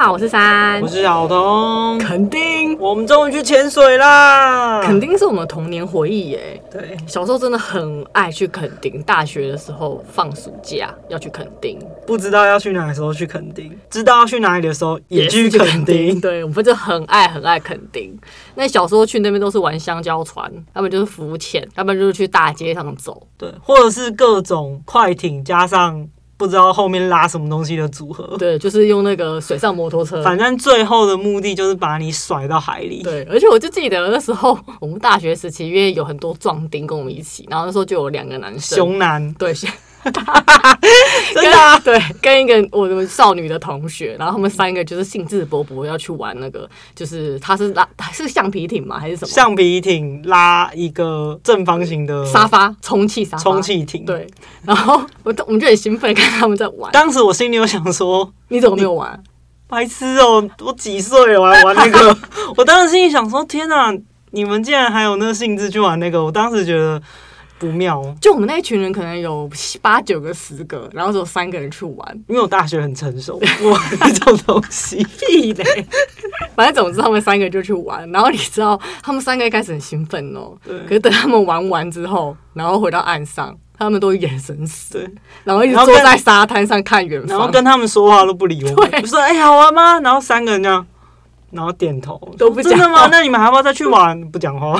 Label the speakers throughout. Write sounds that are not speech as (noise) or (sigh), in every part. Speaker 1: 好，我是嗯珊
Speaker 2: 我，是小童，
Speaker 1: 肯定
Speaker 2: 我们终于去潜水啦！
Speaker 1: 肯定是我们童年回忆耶。
Speaker 2: 对，
Speaker 1: 小时候真的很爱去垦丁，大学的时候放暑假要去垦丁，
Speaker 2: 不知道要去哪里的时候去垦丁，知道要去哪里的时候也去
Speaker 1: 是
Speaker 2: 垦丁。
Speaker 1: 对，我们就很爱很爱垦丁。那小时候去那边都是玩香蕉船，要么就是浮潜，要么就是去大街上走。
Speaker 2: 对，或者是各种快艇加上不知道后面拉什么东西的组合，
Speaker 1: 对，就是用那个水上摩托车。
Speaker 2: 反正最后的目的就是把你甩到海里。
Speaker 1: 对，而且我就记得那时候我们大学时期，因为有很多壮丁跟我们一起，然后那时候就有两个男生，
Speaker 2: 熊男，
Speaker 1: 对，
Speaker 2: 真的啊、
Speaker 1: 对，跟一个我们少女的同学，然后他们三个就是兴致勃勃要去玩那个，就是他是拉他是橡皮艇吗？还是什么？
Speaker 2: 橡皮艇拉一个正方形的
Speaker 1: 沙发充气沙发，
Speaker 2: 充气艇。，
Speaker 1: 对，然后我我们就很兴奋地看他们在玩，
Speaker 2: 当时我心里有想说，
Speaker 1: 你怎么没有玩？
Speaker 2: 白痴哦、我几岁了我还玩那个？ (laughs) 我当时心里想说，天哪、你们竟然还有那个兴致去玩那个？我当时觉得不妙，
Speaker 1: 就我们那一群人可能有八九个、十个，然后只有三个人去玩，
Speaker 2: 因为我大学很成 (laughs) 熟，我玩那种东西。
Speaker 1: 屁嘞！反正总之他们三个就去玩，然后你知道他们三个一开始很兴奋哦，
Speaker 2: 对
Speaker 1: 可是等他们玩完之后，然后回到岸上，他们都眼神死，
Speaker 2: 对，
Speaker 1: 然后一直
Speaker 2: 然后
Speaker 1: 坐
Speaker 2: 跟
Speaker 1: 在沙滩上看远方，
Speaker 2: 然后跟他们说话都不理我，
Speaker 1: 对
Speaker 2: 我说：“哎、好玩吗？”然后三个人这样，然后点头，哦
Speaker 1: 都不讲
Speaker 2: 真
Speaker 1: 话
Speaker 2: 的吗？那你们还要不要再去玩？不讲话，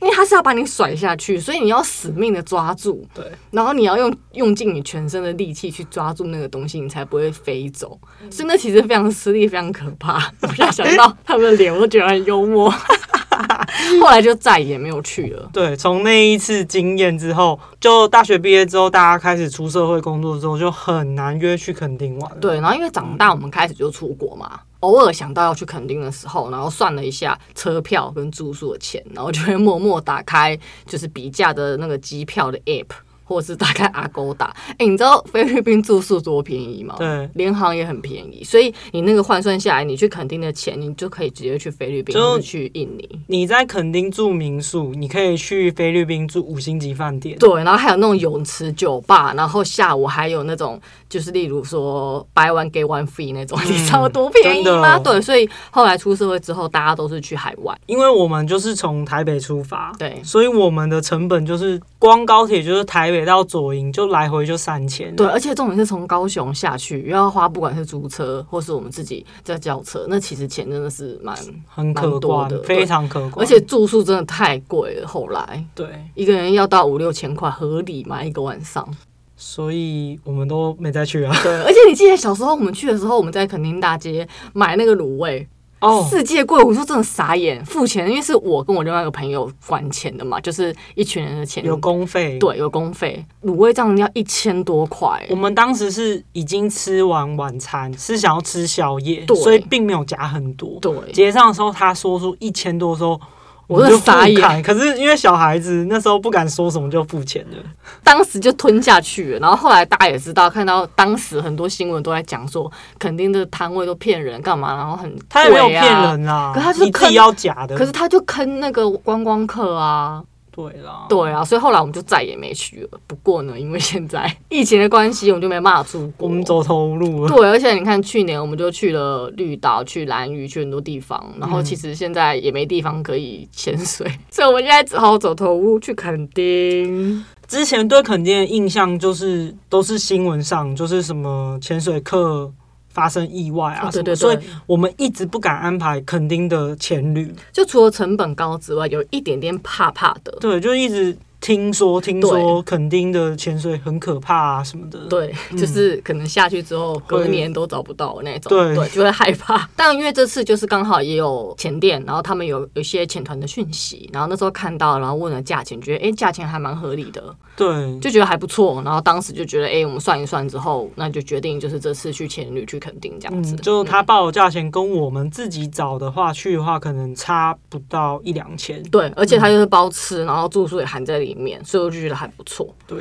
Speaker 1: 因为他是要把你甩下去，所以你要死命的抓住，
Speaker 2: 对，
Speaker 1: 然后你要用用尽你全身的力气去抓住那个东西，你才不会飞走。所以那其实非常吃力，非常可怕。 (laughs) 我现在想到他们的脸，我都觉得很幽默。 (laughs) 后来就再也没有去了。
Speaker 2: 对，从那一次经验之后，就大学毕业之后，大家开始出社会工作之后，就很难约去垦丁玩了。
Speaker 1: 对，然后因为长大，我们开始就出国嘛，偶尔想到要去垦丁的时候，然后算了一下车票跟住宿的钱，然后就会默默打开就是比价的那个机票的 app，或者是打开 Agoda。哎、你知道菲律宾住宿多便宜吗？
Speaker 2: 对，
Speaker 1: 联航也很便宜，所以你那个换算下来，你去垦丁的钱，你就可以直接去菲律宾，
Speaker 2: 就
Speaker 1: 或者去印尼。
Speaker 2: 你在垦丁住民宿，你可以去菲律宾住五星级饭店。
Speaker 1: 对，然后还有那种泳池、酒吧，然后下午还有那种，就是例如说 buy one get one free 那种，你知道多便宜
Speaker 2: 真
Speaker 1: 吗？
Speaker 2: 的
Speaker 1: 对，所以后来出社会之后，大家都是去海外。
Speaker 2: 因为我们就是从台北出发，
Speaker 1: 对
Speaker 2: 所以我们的成本就是光高铁就是台北到左营就来回就三千，
Speaker 1: 对，，而且重点是从高雄下去，又要花不管是租车或是我们自己在叫车，那其实钱真的是蛮，
Speaker 2: 很可
Speaker 1: 蛮多
Speaker 2: 观
Speaker 1: 的，
Speaker 2: 非常可
Speaker 1: 而
Speaker 2: 观，
Speaker 1: 且住宿真的太贵了。后来
Speaker 2: 对，
Speaker 1: 一个人要到五六千块，合理吗？一个晚上？
Speaker 2: 所以我们都没再去啊。
Speaker 1: 对，而且你记得小时候我们去的时候，我们在垦丁大街买那个卤味，
Speaker 2: 哦，
Speaker 1: 世界贵，我说真的傻眼，付钱，因为是我跟我另外一个朋友管钱的嘛，就是一群人的钱，
Speaker 2: (laughs) 有公费，，
Speaker 1: 对有公费，卤味这样要一千多块，
Speaker 2: 我们当时是已经吃完晚餐，是想要吃宵夜，
Speaker 1: 对
Speaker 2: 所以并没有夹很多。
Speaker 1: 对，
Speaker 2: 结账的时候，他说出一千多的时候，
Speaker 1: 我
Speaker 2: 们
Speaker 1: 是
Speaker 2: 就付
Speaker 1: 傻眼，
Speaker 2: 款。可是因为小孩子那时候不敢说什么，就付钱了。
Speaker 1: 当时就吞下去了。然后后来大家也知道，看到当时很多新闻都在讲说，肯定的摊位都骗人干嘛，然后很、贵
Speaker 2: 他也没有
Speaker 1: 啊
Speaker 2: 骗。人啦，
Speaker 1: 可他就是
Speaker 2: 你自
Speaker 1: 坑
Speaker 2: 己要假的。
Speaker 1: 可是他就坑那个观光客啊，
Speaker 2: 对啦，
Speaker 1: 对啊，所以后来我们就再也没去了。不过呢，因为现在疫情的关系，我们就没办法出国。
Speaker 2: 我们走投无路 (laughs) 了。
Speaker 1: 对，而且你看，去年我们就去了绿岛、去蓝屿、去很多地方，然
Speaker 2: 嗯
Speaker 1: 后其实现在也没地方可以潜水， (laughs) 所以我们现在只好走投无路去垦丁。
Speaker 2: 之前对垦丁的印象就是都是新闻上，就是什么潜水客发生意外啊
Speaker 1: 哦对
Speaker 2: 什么，
Speaker 1: 对
Speaker 2: 所
Speaker 1: 对
Speaker 2: 以，我们一直不敢安排垦丁的潜旅。
Speaker 1: 就除了成本高之外，有一点点怕怕的。
Speaker 2: 对，就一直听说听说垦丁的潜水很可怕啊什么的。
Speaker 1: 对， (laughs) 就是可能下去之后隔
Speaker 2: 嗯会
Speaker 1: 年都找不到那种，
Speaker 2: 对
Speaker 1: 就会害怕。但因为这次就是刚好也有潜店，然后他们有有一些潜团的讯息，然后那时候看到，然后问了价钱，觉得诶价钱还蛮合理的，
Speaker 2: 对
Speaker 1: 就觉得还不错，然后当时就觉得，哎、我们算一算之后，那就决定就是这次去前旅去垦丁这样
Speaker 2: 嗯
Speaker 1: 子。，
Speaker 2: 就他报的价钱跟我们自己找的话去的话，可能差不到一两千。
Speaker 1: 对，而且它就是包吃，然后住宿也含在里面，所以我就觉得还不错。
Speaker 2: 对，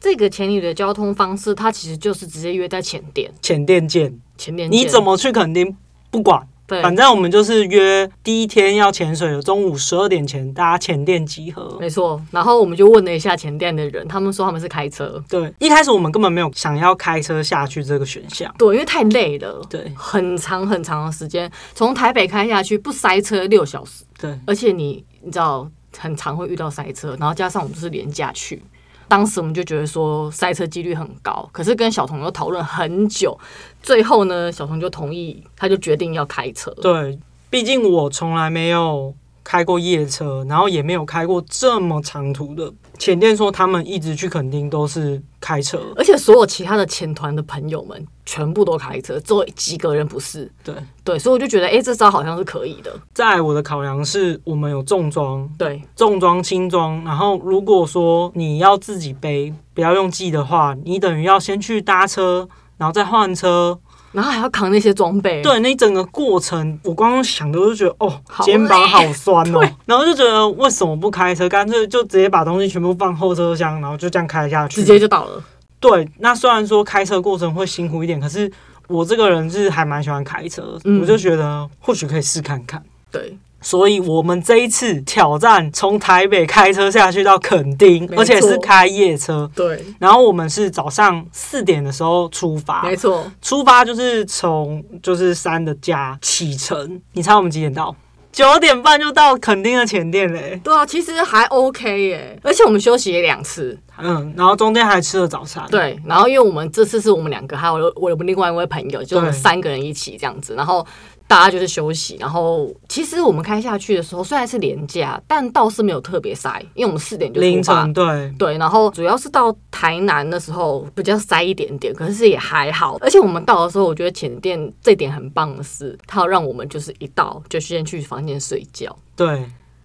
Speaker 1: 这个前旅的交通方式，它其实就是直接约在前店，
Speaker 2: 潜店见，
Speaker 1: 前店
Speaker 2: 你
Speaker 1: 见
Speaker 2: 怎么去垦丁不管，
Speaker 1: 对，
Speaker 2: 反正我们就是约第一天要潜水的，中午十二点前大家潜店集合。
Speaker 1: 没错。然后我们就问了一下前店的人，他们说他们是开车，
Speaker 2: 对，一开始我们根本没有想要开车下去这个选项。
Speaker 1: 对，因为太累了，
Speaker 2: 对
Speaker 1: 很长很长的时间，从台北开下去不塞车六小时，
Speaker 2: 对，
Speaker 1: 而且你你知道很常会遇到塞车，然后加上我们是廉价去。当时我们就觉得说塞车几率很高，可是跟小童又讨论很久，最后呢，小童就同意，他就决定要开车。
Speaker 2: 对，毕竟我从来没有开过夜车，然后也没有开过这么长途的。前店说他们一直去垦丁都是开车，
Speaker 1: 而且所有其他的前团的朋友们全部都开车，只有几个人不是。
Speaker 2: 对。
Speaker 1: 对，所以我就觉得，哎、这招好像是可以的。
Speaker 2: 在我的考量是，我们有重装、
Speaker 1: 对，
Speaker 2: 重装、轻装，然后如果说你要自己背，不要用寄的话，你等于要先去搭车，然后再换车，
Speaker 1: 然后还要扛那些装备。，
Speaker 2: 对，那一整个过程，我光想的就觉得哦
Speaker 1: 好，
Speaker 2: 肩膀好酸
Speaker 1: (laughs)
Speaker 2: 哦，然后就觉得为什么不开车，干脆就直接把东西全部放后车厢，然后就这样开下去。
Speaker 1: 直接就到了。
Speaker 2: 对，那虽然说开车过程会辛苦一点，可是我这个人是还蛮喜欢开车，
Speaker 1: 嗯
Speaker 2: 我就觉得或许可以试看看。
Speaker 1: 对，
Speaker 2: 所以我们这一次挑战从台北开车下去到垦丁
Speaker 1: 没，错
Speaker 2: 而且是开夜车。
Speaker 1: 对，
Speaker 2: 然后我们是早上四点的时候出发
Speaker 1: 没，错，
Speaker 2: 出发就是从就是山的家启程。你猜我们几点到？九点半就到垦丁的前店嘞。
Speaker 1: 对啊，其实还 OK 耶，而且我们休息也两次，
Speaker 2: 嗯，然后中间还吃了早餐。
Speaker 1: 对，然后因为我们这次是我们两个，还有我的另外一位朋友，就我们
Speaker 2: 对
Speaker 1: 三个人一起这样子，然后大家就是休息，然后其实我们开下去的时候虽然是廉价，但倒是没有特别塞，因为我们四点就
Speaker 2: 凌
Speaker 1: 出发
Speaker 2: 晨，对
Speaker 1: 对，然后主要是到台南的时候比较塞一点点，可是也还好。而且我们到的时候，我觉得浅店这点很棒的是，它有让我们就是一到就先去房间睡觉，
Speaker 2: 对，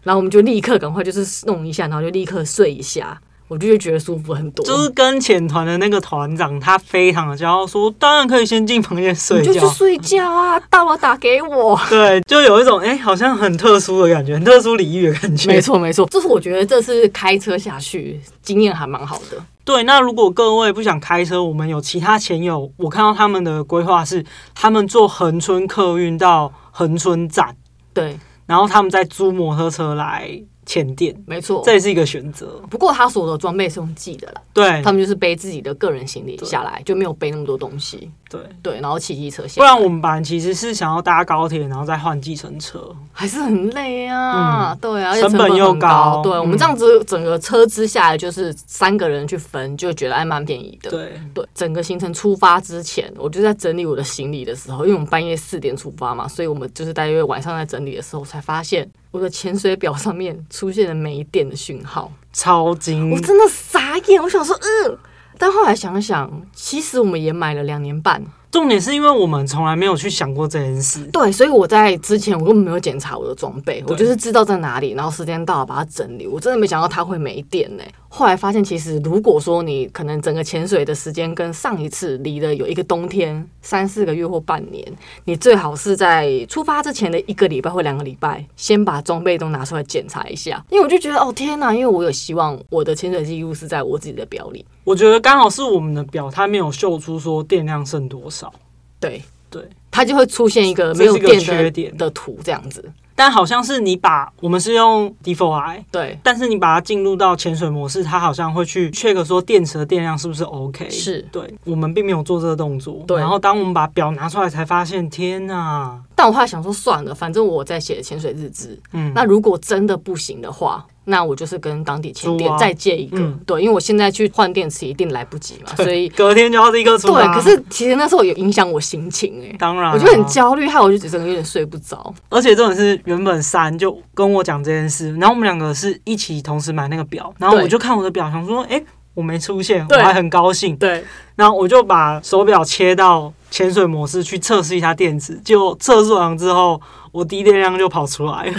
Speaker 1: 然后我们就立刻赶快就是弄一下，然后就立刻睡一下，我就会觉得舒服很多。
Speaker 2: 就是跟前团的那个团长，他非常的骄傲，说当然可以先进房间睡
Speaker 1: 你就
Speaker 2: 觉
Speaker 1: 去。睡觉啊，到了打给
Speaker 2: (laughs)
Speaker 1: 我。
Speaker 2: 对，就有一种哎、诶好像很特殊的感觉，很特殊礼遇的感觉。
Speaker 1: 没错没错，这是我觉得这次开车下去经验还蛮好的。
Speaker 2: 对，那如果各位不想开车，我们有其他前友，我看到他们的规划是，他们坐恒春客运到恒春站，
Speaker 1: 对，
Speaker 2: 然后他们再租摩托车来前店，
Speaker 1: 没错。
Speaker 2: 这也是一个选择。
Speaker 1: 不过他所有的装备是用寄的啦，
Speaker 2: 对
Speaker 1: 他们就是背自己的个人行李下来，就没有背那么多东西。
Speaker 2: 对，
Speaker 1: 对，然后骑机车下
Speaker 2: 不
Speaker 1: 来，
Speaker 2: 然我们本来其实是想要搭高铁，然后再换计程车。
Speaker 1: 还是很累啊。对啊，而且
Speaker 2: 嗯成
Speaker 1: 成
Speaker 2: 本
Speaker 1: 本
Speaker 2: 又
Speaker 1: 很
Speaker 2: 高
Speaker 1: 对，我们
Speaker 2: 嗯
Speaker 1: 这样子整个车资下来就是三个人去分，就觉得还蛮便宜的。
Speaker 2: 对，
Speaker 1: 对，整个行程出发之前，我就在整理我的行李的时候，因为我们半夜四点出发嘛，所以我们就是大约晚上在整理的时候，才发现我的潜水表上面出现了没电的讯号，
Speaker 2: 超精
Speaker 1: 我真的傻眼，我想说，嗯。但后来想想，其实我们也买了两年半，
Speaker 2: 重点是因为我们从来没有去想过这件事。
Speaker 1: 对，所以我在之前我根本没有检查我的装备，我就是知道在哪里，然后时间到了把它整理。我真的没想到它会没电呢、后来发现，其实如果说你可能整个潜水的时间跟上一次离了有一个冬天三四个月或半年，你最好是在出发之前的一个礼拜或两个礼拜，先把装备都拿出来检查一下。因为我就觉得哦天哪，因为我有希望我的潜水记录是在我自己的表里。
Speaker 2: 我觉得刚好是我们的表，它没有秀出说电量剩多少。
Speaker 1: 对，
Speaker 2: 对，
Speaker 1: 它就会出现一个没有
Speaker 2: 这是一个
Speaker 1: 电的
Speaker 2: 缺点
Speaker 1: 的图这样子。
Speaker 2: 但好像是你把我们是用 D4i，
Speaker 1: 对，
Speaker 2: 但是你把它进入到潜水模式，它好像会去 check 说电池的电量是不是 OK。
Speaker 1: 是。
Speaker 2: 对，我们并没有做这个动作。
Speaker 1: 对
Speaker 2: 然后当我们把表拿出来，才发现，天啊呐，
Speaker 1: 但我后来想说，算了，反正我在写潜水日志。
Speaker 2: 嗯
Speaker 1: 那如果真的不行的话，那我就是跟当地前店
Speaker 2: 租啊
Speaker 1: 再借一个。
Speaker 2: 嗯
Speaker 1: 对，因为我现在去换电池一定来不及
Speaker 2: (laughs)
Speaker 1: 嘛，所以
Speaker 2: 隔天就要立刻出
Speaker 1: 对。
Speaker 2: 发。
Speaker 1: 可是其实那时候有影响我心情哎、
Speaker 2: 当啊然啊，
Speaker 1: 我就很焦虑，害我就整个有点睡不着。
Speaker 2: 而且这种是原本三就跟我讲这件事，然后我们两个是一起同时买那个表，然后
Speaker 1: 对
Speaker 2: 我就看我的表，想说，哎、我没出现，我
Speaker 1: 对
Speaker 2: 还很高兴。
Speaker 1: 对，
Speaker 2: 然后我就把手表切到潜水模式去测试一下电池，结果测试完之后，我低电量就跑出
Speaker 1: (laughs)
Speaker 2: 来了，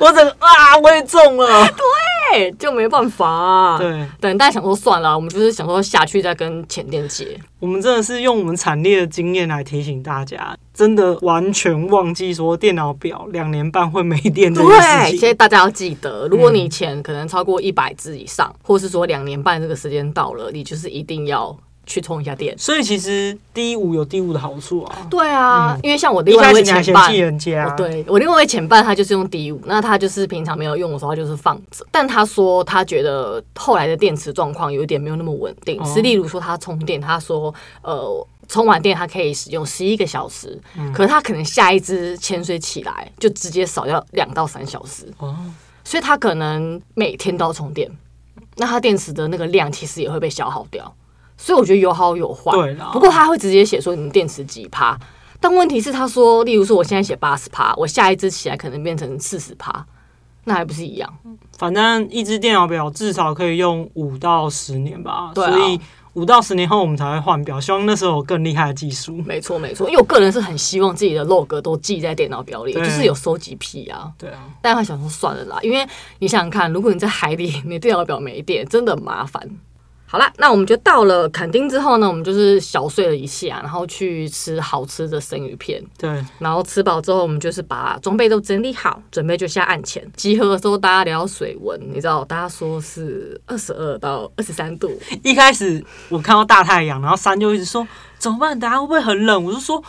Speaker 2: 我整个啊，我也中了。
Speaker 1: 哎，就没办法、啊。
Speaker 2: 对，
Speaker 1: 对，但想说算了啊，我们就是想说下去再跟前店借。
Speaker 2: 我们真的是用我们惨烈的经验来提醒大家，真的完全忘记说电脑表两年半会没电这件事
Speaker 1: 对，所以
Speaker 2: 情。
Speaker 1: 大家要记得，如果你
Speaker 2: 嗯
Speaker 1: 钱可能超过一百支以上，或是说两年半这个时间到了，你就是一定要去充一下电。
Speaker 2: 所以其实 D 五有 D 五的好处啊。
Speaker 1: 对啊，因为像我
Speaker 2: 一
Speaker 1: 另外一
Speaker 2: 开始
Speaker 1: 位
Speaker 2: 你还
Speaker 1: 前
Speaker 2: 嫌
Speaker 1: 伴
Speaker 2: 弃，人家，
Speaker 1: 哦，对我另外一位前伴，他就是用 D 五，那他就是平常没有用的时候，他就是放着。但他说他觉得后来的电池状况有一点没有那么稳定，
Speaker 2: 哦
Speaker 1: 是例如说他充电，他说呃。充完电，它可以使用十一个小时，
Speaker 2: 嗯
Speaker 1: 可是它可能下一支潜水起来就直接少掉两到三小时，
Speaker 2: 哦，
Speaker 1: 所以它可能每天都要充电，那它电池的那个量其实也会被消耗掉，所以我觉得有好有坏。
Speaker 2: 对啦
Speaker 1: 不过它会直接写说你电池几趴，但问题是他说，例如说我现在写八十趴，我下一支起来可能变成四十趴，那还不是一样？
Speaker 2: 反正一只电脑表至少可以用五到十年吧，
Speaker 1: 对啊
Speaker 2: 所以五到十年后我们才会换表，希望那时候有更厉害的技术。
Speaker 1: 没错没错，因为我个人是很希望自己的 log 都记在电脑表里，
Speaker 2: 对
Speaker 1: 就是有收集癖啊。
Speaker 2: 对啊，
Speaker 1: 但他想说算了啦，因为你想想看，如果你在海里，你电脑表没电，真的很麻烦。好啦，那我们就到了垦丁之后呢，我们就是小睡了一下，然后去吃好吃的生鱼片，
Speaker 2: 对，
Speaker 1: 然后吃饱之后，我们就是把装备都整理好，准备就下岸前。集合的时候，大家聊水温，你知道，大家说是二十二到二十三度，
Speaker 2: 一开始我看到大太阳，然后三就一直说怎么办？等下会不会很冷？我就说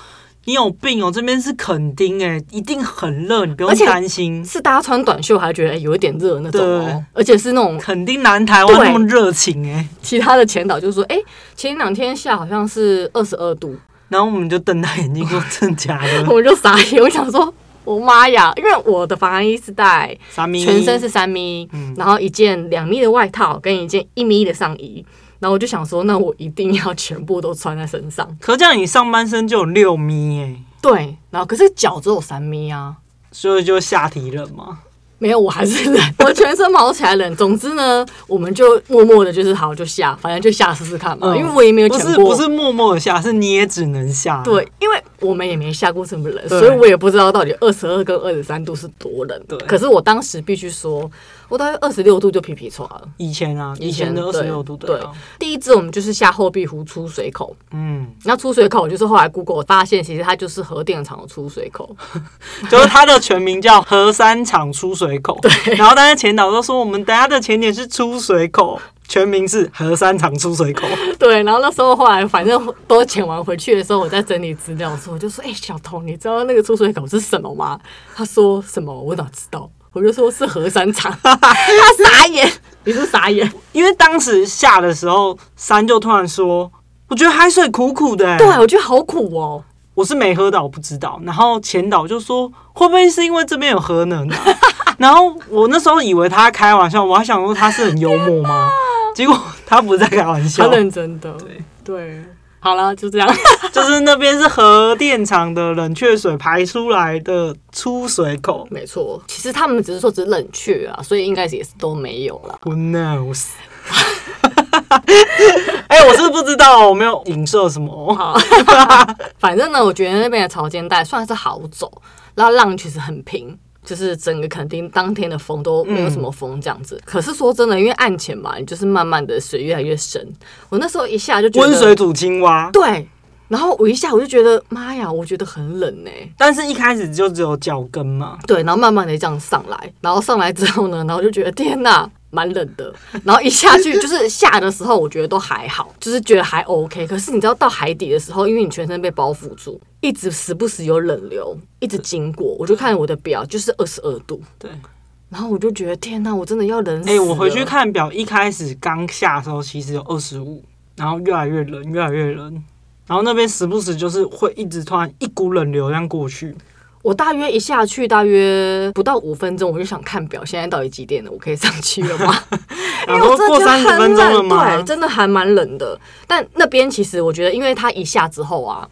Speaker 2: 你有病哦、这边是垦丁哎、一定很热，你不用
Speaker 1: 而且
Speaker 2: 担心。
Speaker 1: 是大家穿短袖还觉得、哎有一点热那种哦
Speaker 2: 对，
Speaker 1: 而且是那种
Speaker 2: 垦丁南台湾
Speaker 1: 对
Speaker 2: 那么热情哎、
Speaker 1: 其他的前导就说，哎、前两天下好像是二十二度，
Speaker 2: 然后我们就瞪大眼睛说真
Speaker 1: (laughs)
Speaker 2: 假的，
Speaker 1: 我就傻眼，我想说，我妈呀！因为我的防寒衣是带
Speaker 2: 三米
Speaker 1: 全身是三米，
Speaker 2: 嗯
Speaker 1: 然后一件两米的外套跟一件一米的上衣，然后我就想说，那我一定要全部都穿在身上。
Speaker 2: 可这样你上半身就有六米哎、
Speaker 1: 对，然后可是脚只有三米啊，
Speaker 2: 所以就下体冷嘛。
Speaker 1: 没有，我还是冷， (laughs) 我全身毛起来冷。总之呢，我们就默默的，就是好就下，反正就下试试看嘛，
Speaker 2: 嗯
Speaker 1: 因为我也没有
Speaker 2: 不
Speaker 1: 潜
Speaker 2: 是
Speaker 1: 过。
Speaker 2: 不是默默的下，是你也只能下。，
Speaker 1: 对，因为我们也没下过这么冷，
Speaker 2: 对
Speaker 1: 所以我也不知道到底二十二跟二十三度是多冷。
Speaker 2: 对
Speaker 1: 可是我当时必须说，我大概二十六度就皮皮抓了。
Speaker 2: 以前啊，以
Speaker 1: 前
Speaker 2: 前的二十
Speaker 1: 对
Speaker 2: 六度
Speaker 1: 对
Speaker 2: 的啊，，
Speaker 1: 第一支我们就是下后壁湖出水口，
Speaker 2: 嗯，
Speaker 1: 那出水口就是后来 Google 发现，其实它就是核电厂的出水口。 (laughs)
Speaker 2: 就是它的全名叫河山厂出水口。对，然后但是前导都说我们等下的前点是出水口，全名是河山厂出
Speaker 1: (laughs)
Speaker 2: 水口。
Speaker 1: 对，然后那时候后来反正都潜完回去的时候，我在整理资料的时候，我就说：“哎、小童，你知道那个出水口是什么吗？”他说：“什么？我哪知道？”我就说是核三厂， (laughs) 他傻眼， (laughs) 你是傻眼。
Speaker 2: 因为当时下的时候，三就突然说：“我觉得海水苦苦的、欸。”
Speaker 1: 对，我觉得好苦哦。
Speaker 2: 我是没喝到，我不知道。然后前导就说，会不会是因为这边有核能啊？ (laughs) 然后我那时候以为他开玩笑，我还想说他是很幽默吗？结果他不是在开玩
Speaker 1: 很
Speaker 2: 笑，
Speaker 1: 认真的，
Speaker 2: 啊对
Speaker 1: 对，好了，就这
Speaker 2: (laughs)
Speaker 1: 样。
Speaker 2: 就是那边是核电厂的冷却水排出来的出水口。
Speaker 1: 没错，其实他们只是说只是冷却啊，所以应该也是都没有了。
Speaker 2: Who knows？哎、我是不知道，我没有影射什么。
Speaker 1: 好， (laughs) 反正呢，我觉得那边的潮间带算是好走，然后浪其实很平。就是整个垦丁当天的风都没有什么风这样子，可是说真的，因为岸前嘛，你就是慢慢的水越来越深。我那时候一下就觉得
Speaker 2: 温水煮青蛙，
Speaker 1: 对，然后我一下我就觉得妈呀，我觉得很冷呢、欸
Speaker 2: 但是一开始就只有脚跟嘛。
Speaker 1: 对，然后慢慢的这样上来，然后上来之后呢，然后就觉得天呐，蛮冷的。然后一下去就是下的时候，我觉得都还好，就是觉得还 OK。可是你知道到海底的时候，因为你全身被包覆住，一直时不时有冷流一直经过，我就看我的表就是二十二度，
Speaker 2: 对，
Speaker 1: 然后我就觉得天呐，我真的要冷死
Speaker 2: 哎、
Speaker 1: 了。
Speaker 2: 我回去看表，一开始刚下的时候其实有二十五，然后越来越冷，越来越冷，然后那边时不时就是会一直突然一股冷流这样过去，
Speaker 1: 我大约一下去，大约不到五分钟，我就想看表，现在到底几点了？我可以上去了
Speaker 2: (laughs)
Speaker 1: 吗？哎因
Speaker 2: 然
Speaker 1: 为我
Speaker 2: 后
Speaker 1: 真
Speaker 2: 过
Speaker 1: 的觉得
Speaker 2: 三十
Speaker 1: 很
Speaker 2: 分钟了
Speaker 1: 冷对，
Speaker 2: 吗？
Speaker 1: 真的还蛮冷的。但那边其实我觉得，因为它一下之后啊，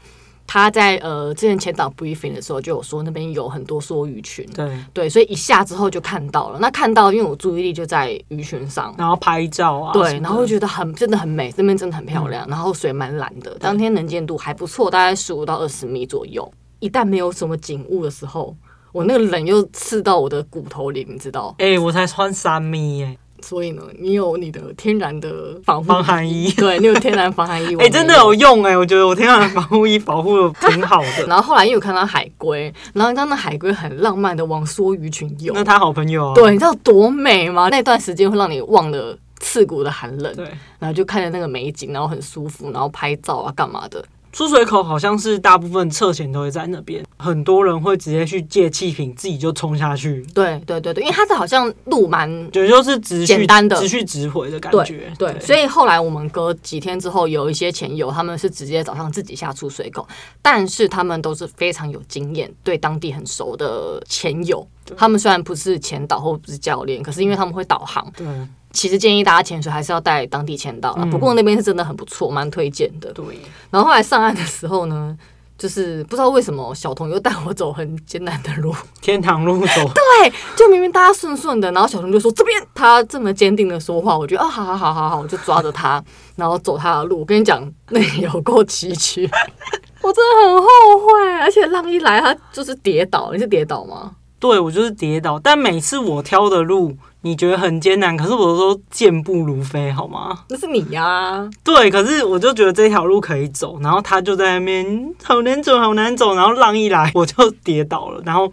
Speaker 1: 他在呃之前前导 briefing 的时候就有说那边有很多梭鱼群，
Speaker 2: 对，
Speaker 1: 对，所以一下之后就看到了。那看到，因为我注意力就在鱼群上。
Speaker 2: 然后拍照啊什么的，
Speaker 1: 对，
Speaker 2: 嗯
Speaker 1: 然后就觉得很真的很美，那边真的很漂亮，然后水蛮蓝的，当天能见度还不错，大概十五到二十米左右。一旦没有什么景物的时候，我那个冷又刺到我的骨头里，你知道？
Speaker 2: 哎、我才穿三米哎、
Speaker 1: 所以呢，你有你的天然的防护
Speaker 2: 防寒衣
Speaker 1: 对，你有天然防
Speaker 2: (laughs)
Speaker 1: 寒衣，我
Speaker 2: 哎、真
Speaker 1: 没
Speaker 2: 的有用哎、我觉得我天然防护衣保护的挺好
Speaker 1: (laughs)
Speaker 2: 的，
Speaker 1: 然后后来因为我看到海龟，然后你知道那海龟很浪漫的往梭鱼群游
Speaker 2: 那，他好朋友啊，
Speaker 1: 对，你知道多美吗？那段时间会让你忘了刺骨的寒冷，
Speaker 2: 对，
Speaker 1: 然后就看着那个美景，然后很舒服，然后拍照啊干嘛的，
Speaker 2: 出水口好像是大部分侧潜都会在那边，很多人会直接去借气瓶，自己就冲下去，
Speaker 1: 对对对对，因为它这好像路蛮
Speaker 2: 也就是直去
Speaker 1: 简单的
Speaker 2: 直去直回的感觉
Speaker 1: 对。
Speaker 2: 对，
Speaker 1: 对，所以后来我们隔几天之后，有一些前友他们是直接早上自己下出水口，但是他们都是非常有经验、对当地很熟的前友。他们虽然不是前导或不是教练，可是因为他们会导航，
Speaker 2: 对
Speaker 1: 其实建议大家潜水还是要带当地前导啦。不过那边是真的很不错，蛮推荐的。
Speaker 2: 对，
Speaker 1: 然后后来上岸的时候呢，就是不知道为什么小童又带我走很艰难的路，
Speaker 2: 天堂路走，
Speaker 1: 对， (laughs) 就明明大家顺顺的，然后小熊就说这边，他这么坚定的说话，我觉得啊，好好好好好，我就抓着他， (laughs) 然后走他的路。我跟你讲，那有够崎岖， (laughs) 我真的很后悔，而且浪一来，他就是跌倒，你是跌倒吗？
Speaker 2: 对我就是跌倒。但每次我挑的路，你觉得很艰难，可是我都健步如飞，好吗？
Speaker 1: 那是你呀、
Speaker 2: 对，可是我就觉得这条路可以走，然后他就在那边嗯好难走，好难走，然后浪一来我就跌倒了，然后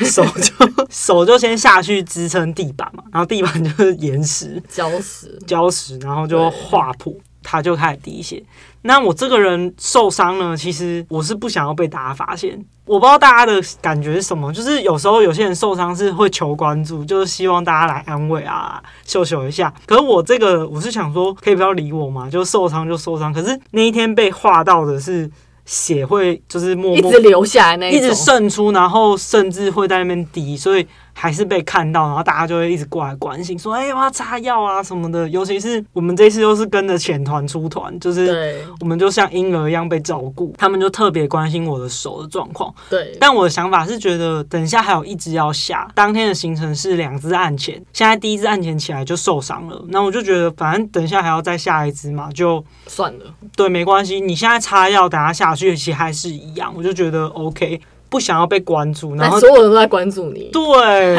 Speaker 2: 手就 (laughs) 手就先下去支撑地板嘛，然后地板就是岩石
Speaker 1: 礁石，
Speaker 2: 礁石，然后就划破，他就开始滴血。那我这个人受伤呢，其实我是不想要被大家发现。我不知道大家的感觉是什么，就是有时候有些人受伤是会求关注，就是希望大家来安慰啊，秀秀一下。可是我这个我是想说，可以不要理我嘛，就受伤就受伤。可是那一天被划到的是血会就是默
Speaker 1: 一
Speaker 2: 默
Speaker 1: 直流下来那
Speaker 2: 一
Speaker 1: 种
Speaker 2: 直，渗出，然后甚至会在那边滴，所以还是被看到，然后大家就会一直过来关心，说：“哎、我要擦药啊什么的。”尤其是我们这次又是跟着浅团出团，就是
Speaker 1: 对
Speaker 2: 我们就像婴儿一样被照顾，他们就特别关心我的手的状况。
Speaker 1: 对，
Speaker 2: 但我的想法是觉得，等一下还有一只要下，当天的行程是两只岸潜，现在第一只岸潜起来就受伤了，那我就觉得反正等一下还要再下一只嘛，就
Speaker 1: 算了，
Speaker 2: 对，没关系，你现在擦药，等下下去其实还是一样，我就觉得 OK，不想要被关注，然
Speaker 1: 但
Speaker 2: 后
Speaker 1: 所有人都在关注你，
Speaker 2: 对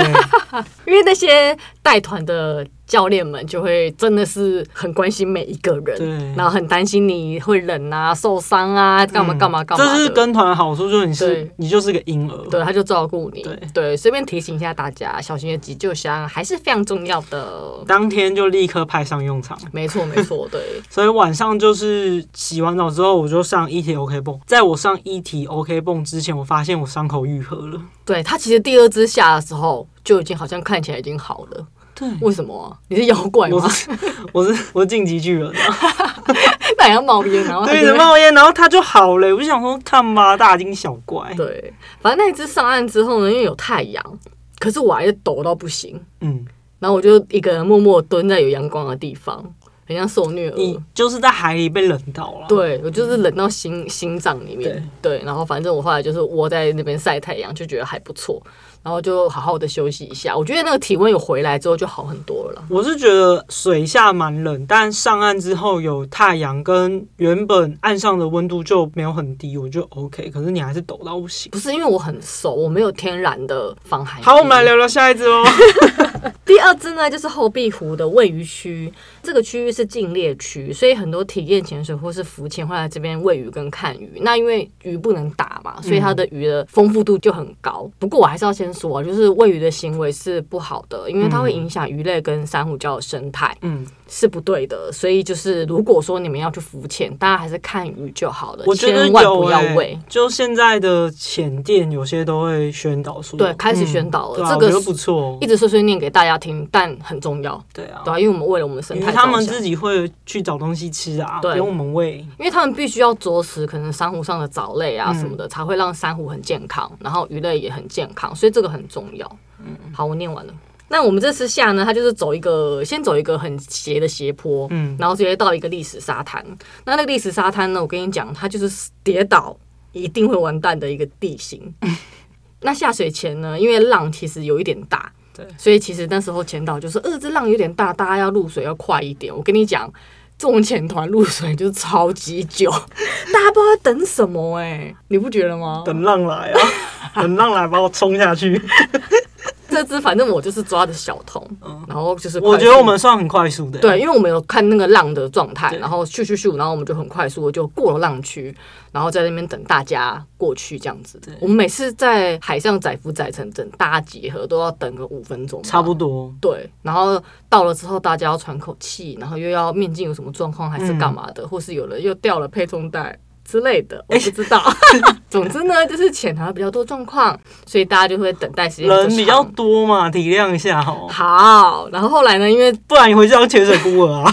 Speaker 1: 因为那些带团的教练们就会真的是很关心每一个人，
Speaker 2: 对，嗯
Speaker 1: 然后很担心你会冷啊、受伤啊、 (laughs) 干嘛干嘛干嘛的。
Speaker 2: 这是跟团的好处，就是你是
Speaker 1: 对
Speaker 2: 你就是个婴儿，
Speaker 1: 对，他就照顾你。
Speaker 2: 对
Speaker 1: 随便提醒一下大家，小型的急救箱还是非常重要的。
Speaker 2: 当天就立刻派上用场。
Speaker 1: 没错，没错，
Speaker 2: (laughs)
Speaker 1: 对，
Speaker 2: 所以晚上就是洗完澡之后，我就上 E 一体 OK 泵。在我上 E 一体 OK 泵之前，我发现我伤口愈合了。
Speaker 1: 对他其实第二支下的时候就已经好像看起来已经好了，
Speaker 2: 对，
Speaker 1: 为什么啊、你是妖怪吗
Speaker 2: 我？是我是我是晋级巨人
Speaker 1: 哦
Speaker 2: 啊，
Speaker 1: (laughs) 那还要冒烟，然后他
Speaker 2: 对
Speaker 1: 就
Speaker 2: 着
Speaker 1: 会
Speaker 2: 冒烟，然后它就好了。我就想说，看吧，大惊小怪。
Speaker 1: 对，反正那一只上岸之后呢，因为有太阳，可是我还是抖到不行，
Speaker 2: 嗯，
Speaker 1: 然后我就一个人默默蹲在有阳光的地方，很像受虐
Speaker 2: 你
Speaker 1: 儿。
Speaker 2: 就是在海里被冷到了。
Speaker 1: 对，我就是冷到心心脏里面，对，然后反正我后来就是窝在那边晒太阳，就觉得还不错，然后就好好的休息一下。我觉得那个体温有回来之后就好很多了啦。
Speaker 2: 我是觉得水下蛮冷，但上岸之后有太阳，跟原本岸上的温度就没有很低，我就 OK。可是你还是抖到不行。
Speaker 1: 不是因为我很熟，我没有天然的防寒。
Speaker 2: 哎好，我们来。聊聊下一支哦。
Speaker 1: 第二支呢，就是后壁湖的喂鱼区，这个区域是禁猎区，所以很多体验潜水或是浮潜会来这边喂鱼跟看鱼。那因为鱼不能打嘛，所以它的鱼的丰富度就很高。不过我还是要先说啊，就是喂鱼的行为是不好的，因为它会影响鱼类跟珊瑚礁的生态。
Speaker 2: 嗯，
Speaker 1: 是不对的，所以就是如果说你们要去浮潜，大家还是看鱼就好了，
Speaker 2: 我觉得
Speaker 1: 千万
Speaker 2: 有
Speaker 1: 不要
Speaker 2: 欸
Speaker 1: 喂。
Speaker 2: 就现在的浅店有些都会宣导说，
Speaker 1: 对，开始宣导了，
Speaker 2: 对啊，
Speaker 1: 这
Speaker 2: 我觉
Speaker 1: 个
Speaker 2: 得不错哦
Speaker 1: 一。直碎碎念给大家听，但很重要，
Speaker 2: 对啊
Speaker 1: 对，啊，因为我们为了我们生
Speaker 2: 因
Speaker 1: 态
Speaker 2: 为他
Speaker 1: 着
Speaker 2: 们
Speaker 1: 想
Speaker 2: 自己会去找东西吃啊，
Speaker 1: 对
Speaker 2: 给我们喂。
Speaker 1: 因为他们必须要啄食可能珊瑚上的藻类啊
Speaker 2: 嗯
Speaker 1: 什么的，才会让珊瑚很健康，然后鱼类也很健康，所以这个很重要。好，我念完了。那我们这次下呢，它就是走一个先走一个很斜的斜坡，
Speaker 2: 嗯
Speaker 1: 然后直接到一个砾石沙滩。那那个砾石沙滩呢，我跟你讲，它就是跌倒一定会完蛋的一个地
Speaker 2: (laughs)
Speaker 1: 形。那下水前呢，因为浪其实有一点大，
Speaker 2: 对
Speaker 1: 所以其实那时候前导就是，呃，这浪有点大，大家要入水要快一点。我跟你讲，这种潜团入水就是超级久， (laughs) 大家不知道在等什么欸哎、你不觉得吗？
Speaker 2: 哦 (laughs) 等浪来啊，等浪来把我冲下去。
Speaker 1: 这各自，反正我就是抓着小童，然后就是
Speaker 2: 嗯我
Speaker 1: 快
Speaker 2: 觉得
Speaker 1: 速
Speaker 2: 我们算很快速的，，
Speaker 1: 对，因为我们有看那个浪的状态，
Speaker 2: 对
Speaker 1: 然后咻咻咻，然后我们就很快速地就过了浪区，然后在那边等大家过去这样子。我们每次在海上载浮载沉等大家集合，都要等个五分钟吧，
Speaker 2: 差不多。
Speaker 1: 对，然后到了之后，大家要喘口气，然后又要面镜有什么状况，还是干嘛
Speaker 2: 嗯
Speaker 1: 的，或是有人又掉了配重带之类的，
Speaker 2: 哎
Speaker 1: 我不知
Speaker 2: (laughs)
Speaker 1: 道。总之呢，就是潜逃比较多状况，所以大家就会等待时间
Speaker 2: 人比较
Speaker 1: 长
Speaker 2: 多嘛，体谅一下哦，
Speaker 1: 好。然后后来呢，因为
Speaker 2: 不然你回去当潜水孤儿啊。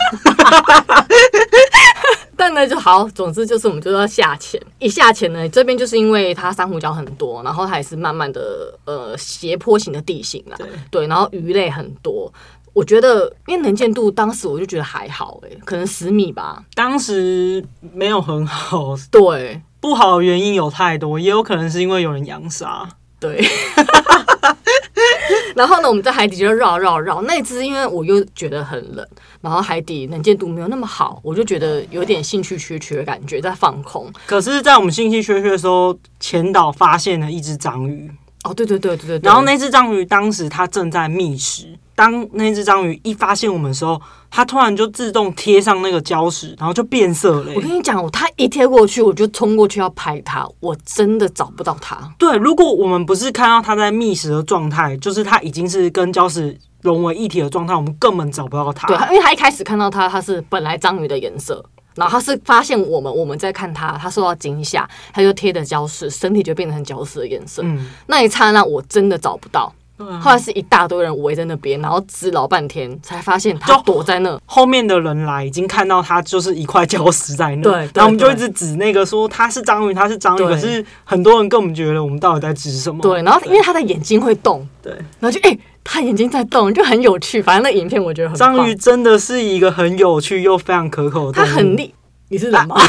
Speaker 1: 但呢就好，总之就是我们就要下潜。一下潜呢，这边就是因为它珊瑚礁很多，然后它也是慢慢的呃斜坡型的地形啦，
Speaker 2: 对
Speaker 1: 对，然后鱼类很多。我觉得，因为能见度，当时我就觉得还好、欸，可能十米吧。
Speaker 2: (laughs) 当时没有很好，
Speaker 1: 对
Speaker 2: 不好的原因有太多，也有可能是因为有人扬沙。
Speaker 1: 对。 (laughs) 然后呢，我们在海底就绕绕绕。那只因为我又觉得很冷，然后海底能见度没有那么好，我就觉得有点兴趣缺缺的感觉，在放空。
Speaker 2: 可是，在我们兴趣缺缺的时候，前岛发现了一只章鱼，
Speaker 1: 哦，对对对对对对。
Speaker 2: 然后那只章鱼当时它正在觅食。当那只章鱼一发现我们的时候，它突然就自动贴上那个礁石，然后就变色了欸、
Speaker 1: 我跟你讲，我他一贴过去，我就冲过去要拍他，我真的找不到他。
Speaker 2: 对，如果我们不是看到它在觅食的状态，就是它已经是跟礁石融为一体的状态，我们根本找不到它。
Speaker 1: 对，因为他一开始看到他，他是本来章鱼的颜色，然后他是发现我们，我们在看他，他受到惊吓，他就贴着礁石，身体就变成礁石的颜色。
Speaker 2: 嗯，
Speaker 1: 那一刹那，我真的找不到。
Speaker 2: 对啊
Speaker 1: 后来是一大堆人围在那边，然后指老半天，才发现他
Speaker 2: 就
Speaker 1: 躲在那。
Speaker 2: 后面的人来已经看到它就是一块礁石在那，
Speaker 1: 对对
Speaker 2: 然后我们就
Speaker 1: 对
Speaker 2: 一直指那个说它是章鱼，它是章鱼，
Speaker 1: 对
Speaker 2: 可是很多人根本觉得我们到底在指什么？
Speaker 1: 对，然后因为他的眼睛会动，
Speaker 2: 对，
Speaker 1: 然后就哎、他眼睛在动，就很有趣。反正那影片我觉得很
Speaker 2: 章
Speaker 1: 棒
Speaker 2: 鱼真的是一个很有趣又非常可口的动
Speaker 1: 他
Speaker 2: 物，
Speaker 1: 很厉，你是人吗？
Speaker 2: 啊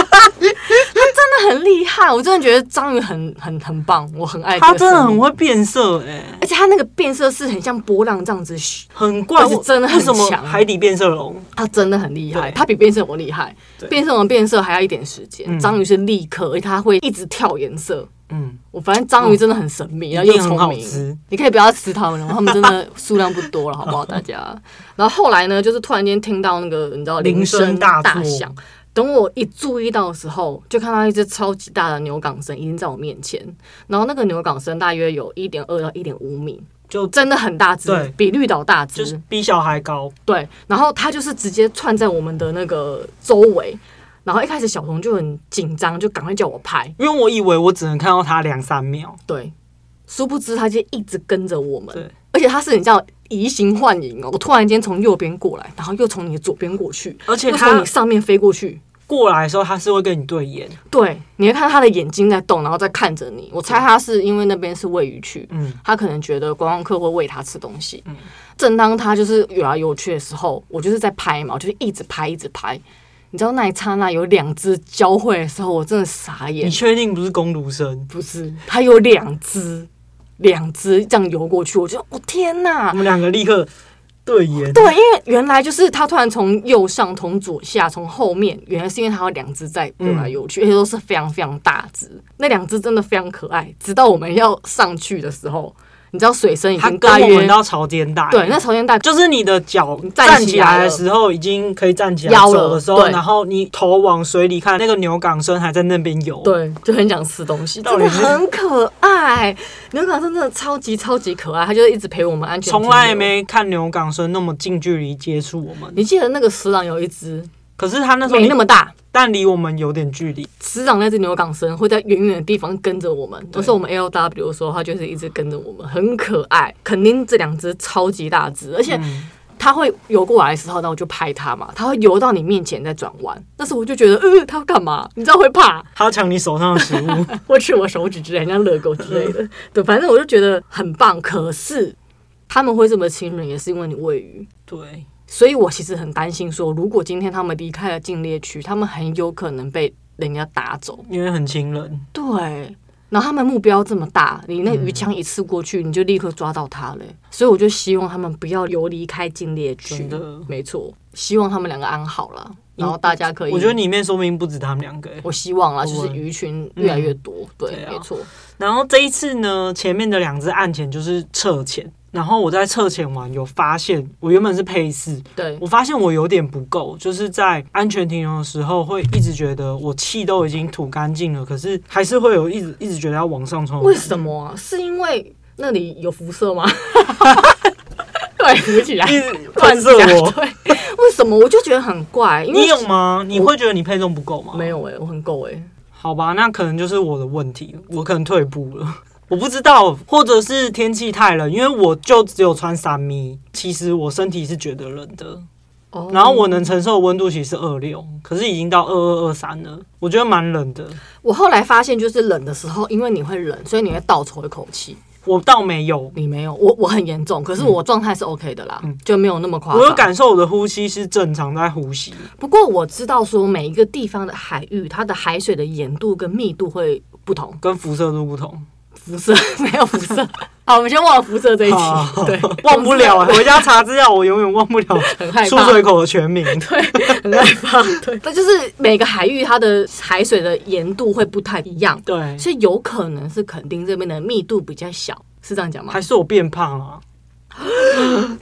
Speaker 1: (laughs) 他真的很厉害，我真的觉得章鱼很很很棒，我很爱这
Speaker 2: 它
Speaker 1: 个
Speaker 2: 真的
Speaker 1: 生
Speaker 2: 很
Speaker 1: 物，
Speaker 2: 会变色哎、
Speaker 1: 而且它那个变色是很像波浪这样子，嘘
Speaker 2: 很怪，
Speaker 1: 而且
Speaker 2: 我
Speaker 1: 真的很
Speaker 2: 为什么
Speaker 1: 强啊
Speaker 2: 海底变色龙？
Speaker 1: 它真的很厉害，
Speaker 2: 对
Speaker 1: 它比变色龙厉害
Speaker 2: 对。
Speaker 1: 变色龙变色还要一点时间，
Speaker 2: 嗯
Speaker 1: 章鱼是立刻，而且它会一直跳颜色。
Speaker 2: 嗯，
Speaker 1: 我反正章鱼真的很神秘，然后
Speaker 2: 一
Speaker 1: 又
Speaker 2: 定很
Speaker 1: 聪
Speaker 2: 好
Speaker 1: 明，
Speaker 2: 吃。
Speaker 1: 你可以不要吃它们了，它们真的数量不多了，好不好，大
Speaker 2: (laughs)
Speaker 1: 家？然后后来呢，就是突然间听到那个你知道
Speaker 2: 铃
Speaker 1: 铃
Speaker 2: 声
Speaker 1: 声
Speaker 2: 大作
Speaker 1: 响，等我一注意到的时候，就看到一只超级大的牛港生已经在我面前，然后那个牛港生大约有一点二到一点五米，
Speaker 2: 就
Speaker 1: 真的很大只
Speaker 2: 对，
Speaker 1: 比绿岛大只，
Speaker 2: 就是比小孩高，
Speaker 1: 对，然后它就是直接窜在我们的那个周围。然后一开始小童就很紧张，就赶快叫我拍。
Speaker 2: 因为我以为我只能看到它两三秒，
Speaker 1: 对，殊不知他就一直跟着我们
Speaker 2: 对，
Speaker 1: 而且他是你知道移形换影哦，我突然间从右边过来，然后又从你的左边过去，
Speaker 2: 而且
Speaker 1: 又从
Speaker 2: 它
Speaker 1: 你上面飞过去，
Speaker 2: 过来的时候，它是会跟你对眼，
Speaker 1: 对，你会看到他的眼睛在动，然后再看着你。我猜他是因为那边是喂鱼区，
Speaker 2: 嗯，
Speaker 1: 他可能觉得观光客会喂他吃东西。正当他就是游来游去的时候，我就是在拍嘛，我就是一直拍，一直拍。你知道那一刹那有两只交汇的时候，我真的傻眼
Speaker 2: 你。确定不是公读生？
Speaker 1: 不是，它有两只，两只这样游过去，我就我、天哪
Speaker 2: 我！们两个立刻对眼，
Speaker 1: 对，因为原来就是它突然从右上、从左下、从后面，原来是因为它有两只在游来游
Speaker 2: 嗯
Speaker 1: 去，而且都是非常非常大只。那两只真的非常可爱。直到我们要上去的时候，你知道水深已
Speaker 2: 它
Speaker 1: 经
Speaker 2: 跟
Speaker 1: 大
Speaker 2: 我
Speaker 1: 约
Speaker 2: 们到潮间带，
Speaker 1: 对，那朝天大
Speaker 2: 就是你的脚
Speaker 1: 站
Speaker 2: 站
Speaker 1: 起
Speaker 2: 起
Speaker 1: 来
Speaker 2: 来的
Speaker 1: 了
Speaker 2: 时候，已经可以站起来
Speaker 1: 腰
Speaker 2: 走
Speaker 1: 了
Speaker 2: 的时候，
Speaker 1: 对
Speaker 2: 然后你头往水里看，那个牛港生还在那边游。，
Speaker 1: 对，就很想吃东西，
Speaker 2: 到
Speaker 1: 真
Speaker 2: 底
Speaker 1: 的
Speaker 2: 是
Speaker 1: 很可爱。牛港真的超级超级可爱，它就是一直陪我们安全。
Speaker 2: 从来。没看牛港生那么近距离接触我们。
Speaker 1: 你记得那个石狼有一只
Speaker 2: 可是他那时候
Speaker 1: 没那么大，
Speaker 2: 但离我们有点距离，
Speaker 1: 师长那只牛港生会在远远的地方跟着我们，都是我们 L W 的时候，它就是一直跟着我们，很可爱。肯定这两只超级大只，而且
Speaker 2: 嗯
Speaker 1: 它会游过来的时候，那我就拍它嘛，它会游到你面前再转弯。但是我就觉得，呃，它要干嘛？你知道会怕，
Speaker 2: 他要抢你手上的食
Speaker 1: (laughs)
Speaker 2: 物。
Speaker 1: 会吃我手指之类，像乐狗之类的。对，反正我就觉得很棒。可是他们会这么亲人，也是因为你喂鱼。
Speaker 2: 对，
Speaker 1: 所以我其实很担心说如果今天他们离开了禁猎区，他们很有可能被人家打走。
Speaker 2: 因为很亲人。
Speaker 1: 对，然后他们目标这么大，你那鱼枪一次过去，你就立刻抓到它嘞。所以我就希望他们不要游离开禁猎区
Speaker 2: 真的，
Speaker 1: 没错，希望他们两个安好了，然后大家可以。
Speaker 2: 我觉得里面说不定不止他们两个欸。
Speaker 1: 我希望啦，就
Speaker 2: 我
Speaker 1: 是鱼群越来越多，对，
Speaker 2: 对啊
Speaker 1: 没错，
Speaker 2: 然后这一次呢，前面的两只岸潜就是撤潜，然后我在测前完有发现，我原本是配四，
Speaker 1: 对，
Speaker 2: 我发现我有点不够，就是在安全停留的时候会一直觉得我气都已经吐干净了，可是还是会有一直一直觉得要往上冲。
Speaker 1: 为什么啊？是因为那里有辐射
Speaker 2: (laughs)
Speaker 1: 吗？对，浮起来，
Speaker 2: 一
Speaker 1: (laughs)
Speaker 2: 直
Speaker 1: 乱
Speaker 2: 喷射
Speaker 1: 讲
Speaker 2: 我？
Speaker 1: 对，为什么？我就觉得很怪，因为
Speaker 2: 你有吗？你会觉得你配重不够吗？
Speaker 1: 没。有哎、我很够哎、
Speaker 2: 好吧，那可能就是我的问题，我可能退步了。 (laughs) 我不知道，或者是天气太冷，因为我就只有穿三米，其实我身体是觉得冷的。
Speaker 1: 哦
Speaker 2: 然后我能承受的温度其实是二六，可是已经到二二二三了，我觉得蛮冷的。
Speaker 1: 我后来发现，就是冷的时候，因为你会冷，所以你会倒抽一口气。
Speaker 2: 我倒没有，
Speaker 1: 你没有，我我很严重，可是我状态是 OK 的啦，就没有那么夸张。
Speaker 2: 嗯我有感受我的呼吸是正常在呼吸。
Speaker 1: 不过我知道说每一个地方的海域，它的海水的盐度跟密度会不同，
Speaker 2: 跟辐射度不同，
Speaker 1: 辐射 (laughs) 没有辐
Speaker 2: (laughs)
Speaker 1: 射。好，我们先忘了辐射这一题， (laughs) 对，
Speaker 2: 忘不了、
Speaker 1: 我
Speaker 2: 欸。回家查资料，我永远忘不了
Speaker 1: 很害
Speaker 2: 出
Speaker 1: 怕，
Speaker 2: 水口的全名。
Speaker 1: 很害怕。对，那就是每个海域它的海水的盐度会不太一样，
Speaker 2: 对，
Speaker 1: 所以有可能是垦丁这边的密度比较小，是这样讲吗？
Speaker 2: 还是我变胖啊了、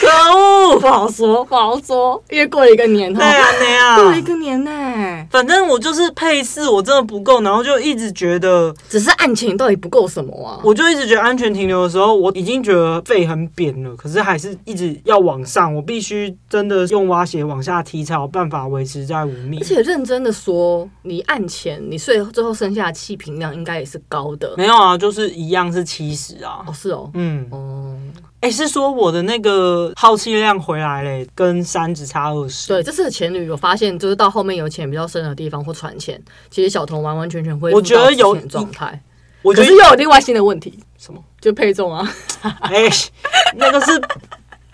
Speaker 2: 可恶！
Speaker 1: 不好说，不好说，因为过了一个年后
Speaker 2: (laughs) 对，啊，
Speaker 1: (laughs)
Speaker 2: 对
Speaker 1: 过了一
Speaker 2: 啊。
Speaker 1: 个年呢、
Speaker 2: 反正我就是配饰，我真的不够，然后就一直觉得，
Speaker 1: 只是案情到底不够什么啊？
Speaker 2: 我就一直觉得安全停留的时候，我已经觉得肺很扁了，可是还是一直要往上，我必须真的用蛙鞋往下踢才有办法维持在五米
Speaker 1: 而。且认真的说，你按前，你最最后剩下的气瓶量应该也是高的。
Speaker 2: 没有啊，就是一样是七十啊
Speaker 1: 哦，。是哦，
Speaker 2: 嗯，
Speaker 1: 哦，
Speaker 2: 哎、是说我的那个耗气量回来嘞，跟三只差二十。
Speaker 1: 对，这次的前旅有发现，就是到后面有潜比较深的地方或船潜，其实小童完完全全恢复
Speaker 2: 我觉得
Speaker 1: 到之
Speaker 2: 有
Speaker 1: 前的状态，
Speaker 2: 我
Speaker 1: 可
Speaker 2: 觉得
Speaker 1: 是又有另外新的问题，
Speaker 2: 什么？
Speaker 1: 就配重啊， (laughs)
Speaker 2: 哎、 (laughs) 那个是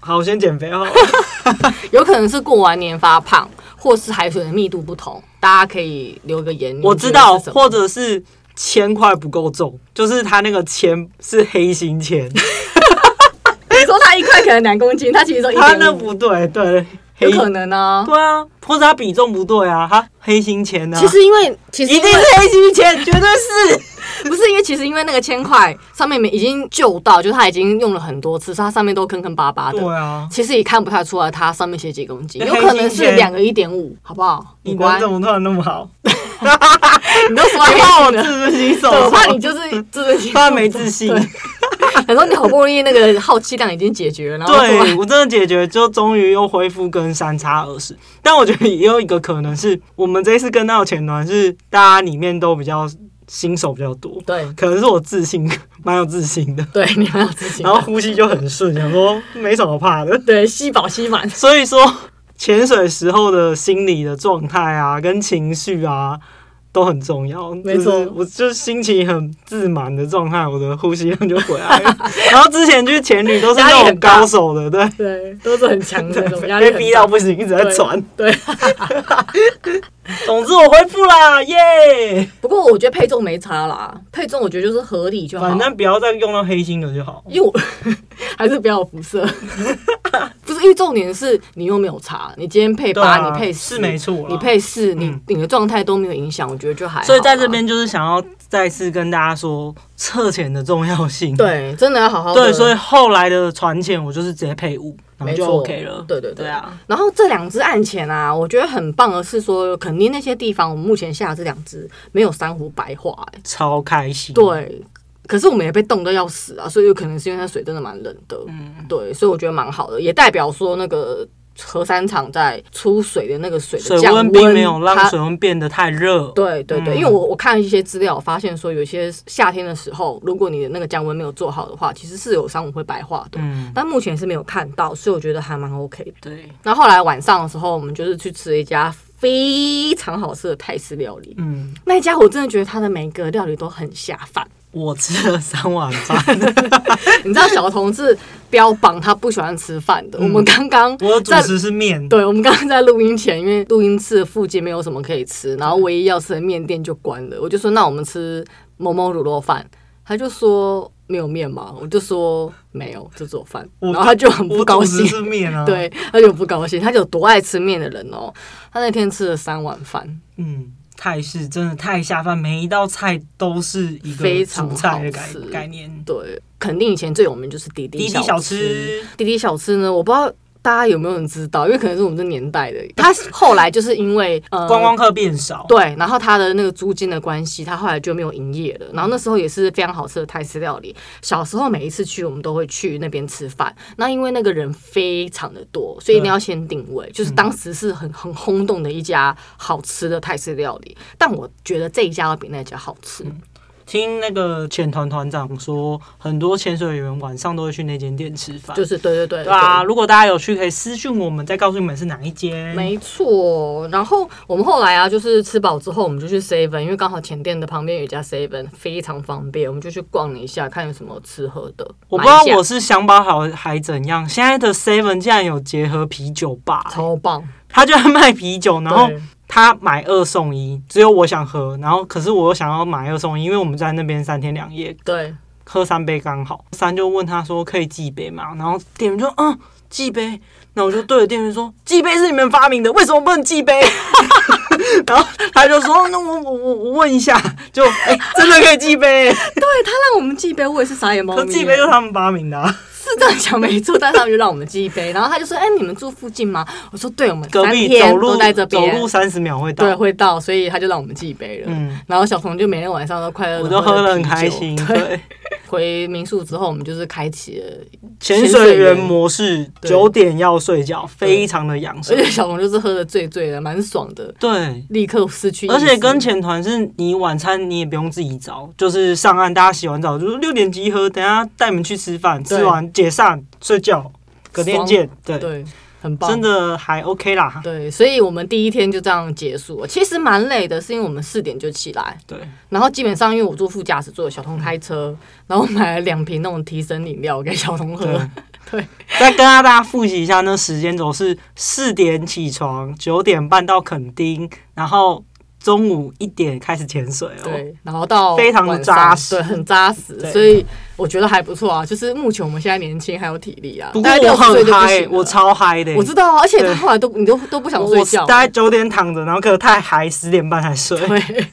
Speaker 2: 好，我先减肥哦。
Speaker 1: 有可能是过完年发胖，或是海水的密度不同，大家可以留个言。
Speaker 2: (laughs) 我知道，
Speaker 1: 或
Speaker 2: 或者是铅块不够重，就是它那个铅是黑
Speaker 1: (laughs)
Speaker 2: 心铅，
Speaker 1: 你说它一块可能两公斤，它其实都一
Speaker 2: 它那
Speaker 1: 点五，
Speaker 2: 不对，对，黑
Speaker 1: 有可能啊。
Speaker 2: 对啊，或者它比重不对啊，它黑心铅呢、啊？
Speaker 1: 其实因为其
Speaker 2: 一
Speaker 1: 实因
Speaker 2: 定
Speaker 1: 为
Speaker 2: 是黑心铅， (laughs) 绝对是。
Speaker 1: 不是因为其实因为那个铅块上面已经旧到，就是它已经用了很多次，所以它上面都坑坑巴巴的。
Speaker 2: 对啊，
Speaker 1: 其实也看不太出来它上面写几公斤，
Speaker 2: 那
Speaker 1: 有可能
Speaker 2: 黑心
Speaker 1: 是
Speaker 2: 铅
Speaker 1: 两个一点五，好不好？
Speaker 2: 你
Speaker 1: 乖
Speaker 2: 人，怎么突然那么 (laughs) 好？
Speaker 1: 你都说
Speaker 2: 你怕
Speaker 1: 黑
Speaker 2: 我
Speaker 1: 心
Speaker 2: 自
Speaker 1: 的，
Speaker 2: 尊
Speaker 1: (laughs)
Speaker 2: 心受
Speaker 1: 对我怕
Speaker 2: 伤
Speaker 1: 你，就是自己
Speaker 2: 怕没自信。
Speaker 1: 想说你好不容易那个耗气量已经解决了，然后突然
Speaker 2: 对我真的解决，就终于又恢复跟三差二十。但我觉得也有一个可能是，我们这一次跟到的前团是大家里面都比较新手比较多，
Speaker 1: 对
Speaker 2: 可能是我自信蛮有自信的，
Speaker 1: 对，啊你蛮有自信的。
Speaker 2: 然后呼吸就很顺，想说没什么怕的。
Speaker 1: 对吸饱吸满，
Speaker 2: 所以说潜水时候的心理的状态啊，跟情绪啊。都很重要，
Speaker 1: 没错
Speaker 2: 就是我就是心情很自满的状态，我的呼吸量就回来了。 (laughs) 然后之前去潜旅都是
Speaker 1: 压力
Speaker 2: 那种
Speaker 1: 很大
Speaker 2: 高手的，对，
Speaker 1: 对，都是很强的那种，压力
Speaker 2: 被
Speaker 1: 很
Speaker 2: 逼
Speaker 1: 大
Speaker 2: 到不行，一直在喘。
Speaker 1: 对。
Speaker 2: (laughs) 总之我恢复啦，耶！
Speaker 1: 不过我觉得配重没差啦，配重我觉得就是合理就好。
Speaker 2: 反正不要再用到黑心的就好。
Speaker 1: 因为我 (laughs) 还是不要有辐
Speaker 2: (laughs)
Speaker 1: 射，不是，因为重点是你又没有查，你今天配
Speaker 2: 对
Speaker 1: 八、
Speaker 2: 啊
Speaker 1: 你配
Speaker 2: 是
Speaker 1: 10
Speaker 2: 没错啦
Speaker 1: 你配四，你、
Speaker 2: 嗯
Speaker 1: 你的状态都没有影响，我觉得就还好啦
Speaker 2: 所以在这，边就是想要再次跟大家说测潜的重要性。
Speaker 1: 对，真的要好好
Speaker 2: 对，
Speaker 1: 地
Speaker 2: 所以后来的船潜我就是直接配五，然后
Speaker 1: 没
Speaker 2: 就
Speaker 1: 错
Speaker 2: OK 了。
Speaker 1: 对对对
Speaker 2: 对啊，
Speaker 1: 然后这两只案前啊，我觉得很棒的是说，肯定那些地方我们目前下的这两只没有珊瑚白化、欸，
Speaker 2: 超开心。，
Speaker 1: 对。可是我们也被冻得要死啊，所以有可能是因为它水真的蛮冷的，嗯，对，所以我觉得蛮好的，也代表说那个河山厂在出水的那个水的
Speaker 2: 水
Speaker 1: 降
Speaker 2: 温并没有
Speaker 1: 它
Speaker 2: 让水温变得太热。
Speaker 1: 对对对，
Speaker 2: 嗯
Speaker 1: 因为我我看一些资料，发现说有些夏天的时候，如果你的那个降温没有做好的话，其实是有珊瑚会白化的。
Speaker 2: 嗯，
Speaker 1: 但目前是没有看到，所以我觉得还蛮 OK 的。
Speaker 2: 对，
Speaker 1: 那后来晚上的时候，我们就是去吃了一家非常好吃的泰式料理。
Speaker 2: 嗯，
Speaker 1: 那一家我真的觉得它的每一个料理都很下饭。
Speaker 2: 我吃了三碗
Speaker 1: (laughs)
Speaker 2: 饭，
Speaker 1: 你知道小童是标榜他不喜欢吃饭的，我们刚刚
Speaker 2: 嗯我的主
Speaker 1: 在
Speaker 2: 食是面。
Speaker 1: 对，我们刚刚在录音前，因为录音室附近没有什么可以吃，然后唯一要吃的面店就关了。我就说那我们吃某某卤肉饭，他就说没有面嘛，我就说没有，就只有饭，
Speaker 2: 我
Speaker 1: 然后他就很不
Speaker 2: 我
Speaker 1: 高
Speaker 2: 主食
Speaker 1: 兴。
Speaker 2: 是面啊。，
Speaker 1: 对，他就不高兴，他有多爱吃面的人哦。他那天吃了三碗饭，
Speaker 2: 嗯，泰式真的太下饭，每一道菜都是一个
Speaker 1: 非常
Speaker 2: 主菜的
Speaker 1: 好
Speaker 2: 概
Speaker 1: 吃
Speaker 2: 概念。
Speaker 1: 对，肯定以前最有名就是滴
Speaker 2: 滴
Speaker 1: 滴
Speaker 2: 滴
Speaker 1: 小
Speaker 2: 小吃，
Speaker 1: 滴滴小吃呢，我不知道大家有没有人知道，因为可能是我们这年代的。他后来就是因为呃
Speaker 2: 观光客变少，
Speaker 1: 对，然后他的那个租金的关系，他后来就没有营业了。然后那时候也是非常好吃的泰式料理。小时候每一次去，我们都会去那边吃饭。那因为那个人非常的多，所以一定要先定位，就是当
Speaker 2: 嗯
Speaker 1: 时是很很轰动的一家好吃的泰式料理。但我觉得这一家要比那家好吃。
Speaker 2: 嗯听那个潜团团长说，很多潜水员晚上都会去那间店吃饭。
Speaker 1: 就是对对对
Speaker 2: 对啊，如果大家有去，可以私讯我们，再告诉你们是哪一间。
Speaker 1: 没错，然后我们后来啊，就是吃饱之后，我们就去 Seven，因为刚好前店的旁边有一家 Seven，非常方便，我们就去逛了一下，看有什么吃喝的。
Speaker 2: 我
Speaker 1: 买
Speaker 2: 不知道
Speaker 1: 一下
Speaker 2: 我是想把好还怎样，现在的 Seven 竟然有结合啤酒吧、
Speaker 1: 超棒，
Speaker 2: 他居然卖啤酒，然后
Speaker 1: 对
Speaker 2: 他买二送一，只有我想喝，然后可是我又想要买二送一，因为我们在那边三天两夜，
Speaker 1: 对，
Speaker 2: 喝三杯刚好。三就问他说可以寄杯吗？然后店员就嗯寄杯，那我就对着店员说寄杯是你们发明的，为什么不能寄杯？ (laughs) 然后他就说那我我我我问一下，就哎、真的可以寄杯，
Speaker 1: 那我们寄一杯，我也是傻眼猫
Speaker 2: 可
Speaker 1: 咪耶。
Speaker 2: 寄杯就是他们发明的、啊，
Speaker 1: 是这样讲没错，但他们就让我们寄一杯，然后他就说：“哎、你们住附近吗？”我说：“对，我们
Speaker 2: 隔
Speaker 1: 三
Speaker 2: 壁
Speaker 1: 天
Speaker 2: 走路
Speaker 1: 都在这
Speaker 2: 走
Speaker 1: 边，
Speaker 2: 路三十秒会到
Speaker 1: 对，。会到，所以他就让我们寄一杯了。
Speaker 2: 嗯
Speaker 1: 然后小童就每天晚上都快乐地
Speaker 2: 我
Speaker 1: 啤酒，
Speaker 2: 都喝得很开心，
Speaker 1: 对，
Speaker 2: 对，
Speaker 1: 回民宿之后，我们就是开启了
Speaker 2: 潜水
Speaker 1: 水
Speaker 2: 员
Speaker 1: 员
Speaker 2: 模式，
Speaker 1: 对
Speaker 2: 九点要睡觉，非常
Speaker 1: (laughs)
Speaker 2: 的养
Speaker 1: 而
Speaker 2: 生
Speaker 1: 且。小红就是喝的醉醉的，蛮爽的，
Speaker 2: 对，
Speaker 1: 立刻失去意识。
Speaker 2: 而且跟前团是你晚餐你也不用自己找，就是上岸大家洗完澡就是六点集合，等一下带你们去吃饭，
Speaker 1: 对
Speaker 2: 吃完解散睡觉，隔天见。对，
Speaker 1: 对很棒，
Speaker 2: 真的还 OK 啦。
Speaker 1: 对，所以我们第一天就这样结束了。其实蛮累的，是因为我们四点就起来，
Speaker 2: 对，
Speaker 1: 然后基本上因为我坐副驾驶座，小童开车，然后买了两瓶那种提神饮料给小童喝。对，
Speaker 2: 再跟大家复习一下，那时间轴是四点起床，九点半到垦丁，然后中午一点开始潜水哦。
Speaker 1: 对，然后到
Speaker 2: 非常的
Speaker 1: 晚上
Speaker 2: 扎实
Speaker 1: 对，很扎实
Speaker 2: 对，
Speaker 1: 所以我觉得还不错啊。就是目前我们现在年轻还有体力啊，
Speaker 2: 不过
Speaker 1: 大概
Speaker 2: 我
Speaker 1: 60岁
Speaker 2: 很
Speaker 1: 就不
Speaker 2: 嗨
Speaker 1: 行，了啊
Speaker 2: 我超嗨的欸、
Speaker 1: 我知道啊，而且
Speaker 2: 对
Speaker 1: 他后来都你都都不想
Speaker 2: 我
Speaker 1: 睡
Speaker 2: 我
Speaker 1: 觉，
Speaker 2: 大概九点躺着，然后可能太嗨，十点半才睡，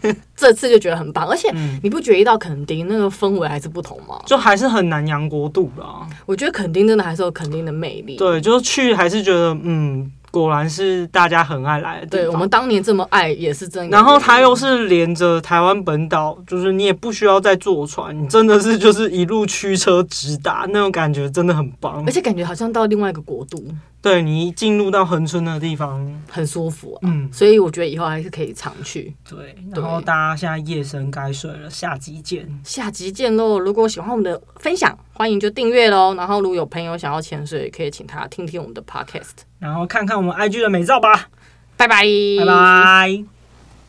Speaker 1: 对， (laughs) 这次就觉得很棒，而且
Speaker 2: 嗯
Speaker 1: 你不觉得一到垦丁那个氛围还是不同吗？
Speaker 2: 就还是很南洋国度啦。
Speaker 1: 我觉得垦丁真的还是有垦丁的魅力。
Speaker 2: 对，就是去还是觉得，嗯，果然是大家很爱来的地
Speaker 1: 对，
Speaker 2: 方。
Speaker 1: 我们当年这么爱也是真的。
Speaker 2: 然后它又是连着台湾本岛，就是你也不需要再坐船，你真的是就是一路驱车直达，那种感觉真的很棒
Speaker 1: 而。且感觉好像到另外一个国度，
Speaker 2: 对你一进入到恒春的地方，
Speaker 1: 很舒服、啊。
Speaker 2: 嗯，
Speaker 1: 所以我觉得以后还是可以常去。
Speaker 2: 对。
Speaker 1: 对
Speaker 2: 然后大家现在夜深该睡了，下集见。
Speaker 1: 下集见喽！如果喜欢我们的分享，欢迎就订阅喽。然后如果有朋友想要潜水，也可以请他听听我们的 podcast。
Speaker 2: 然后看看我们 IG 的美照吧，
Speaker 1: 拜拜，
Speaker 2: 拜。拜。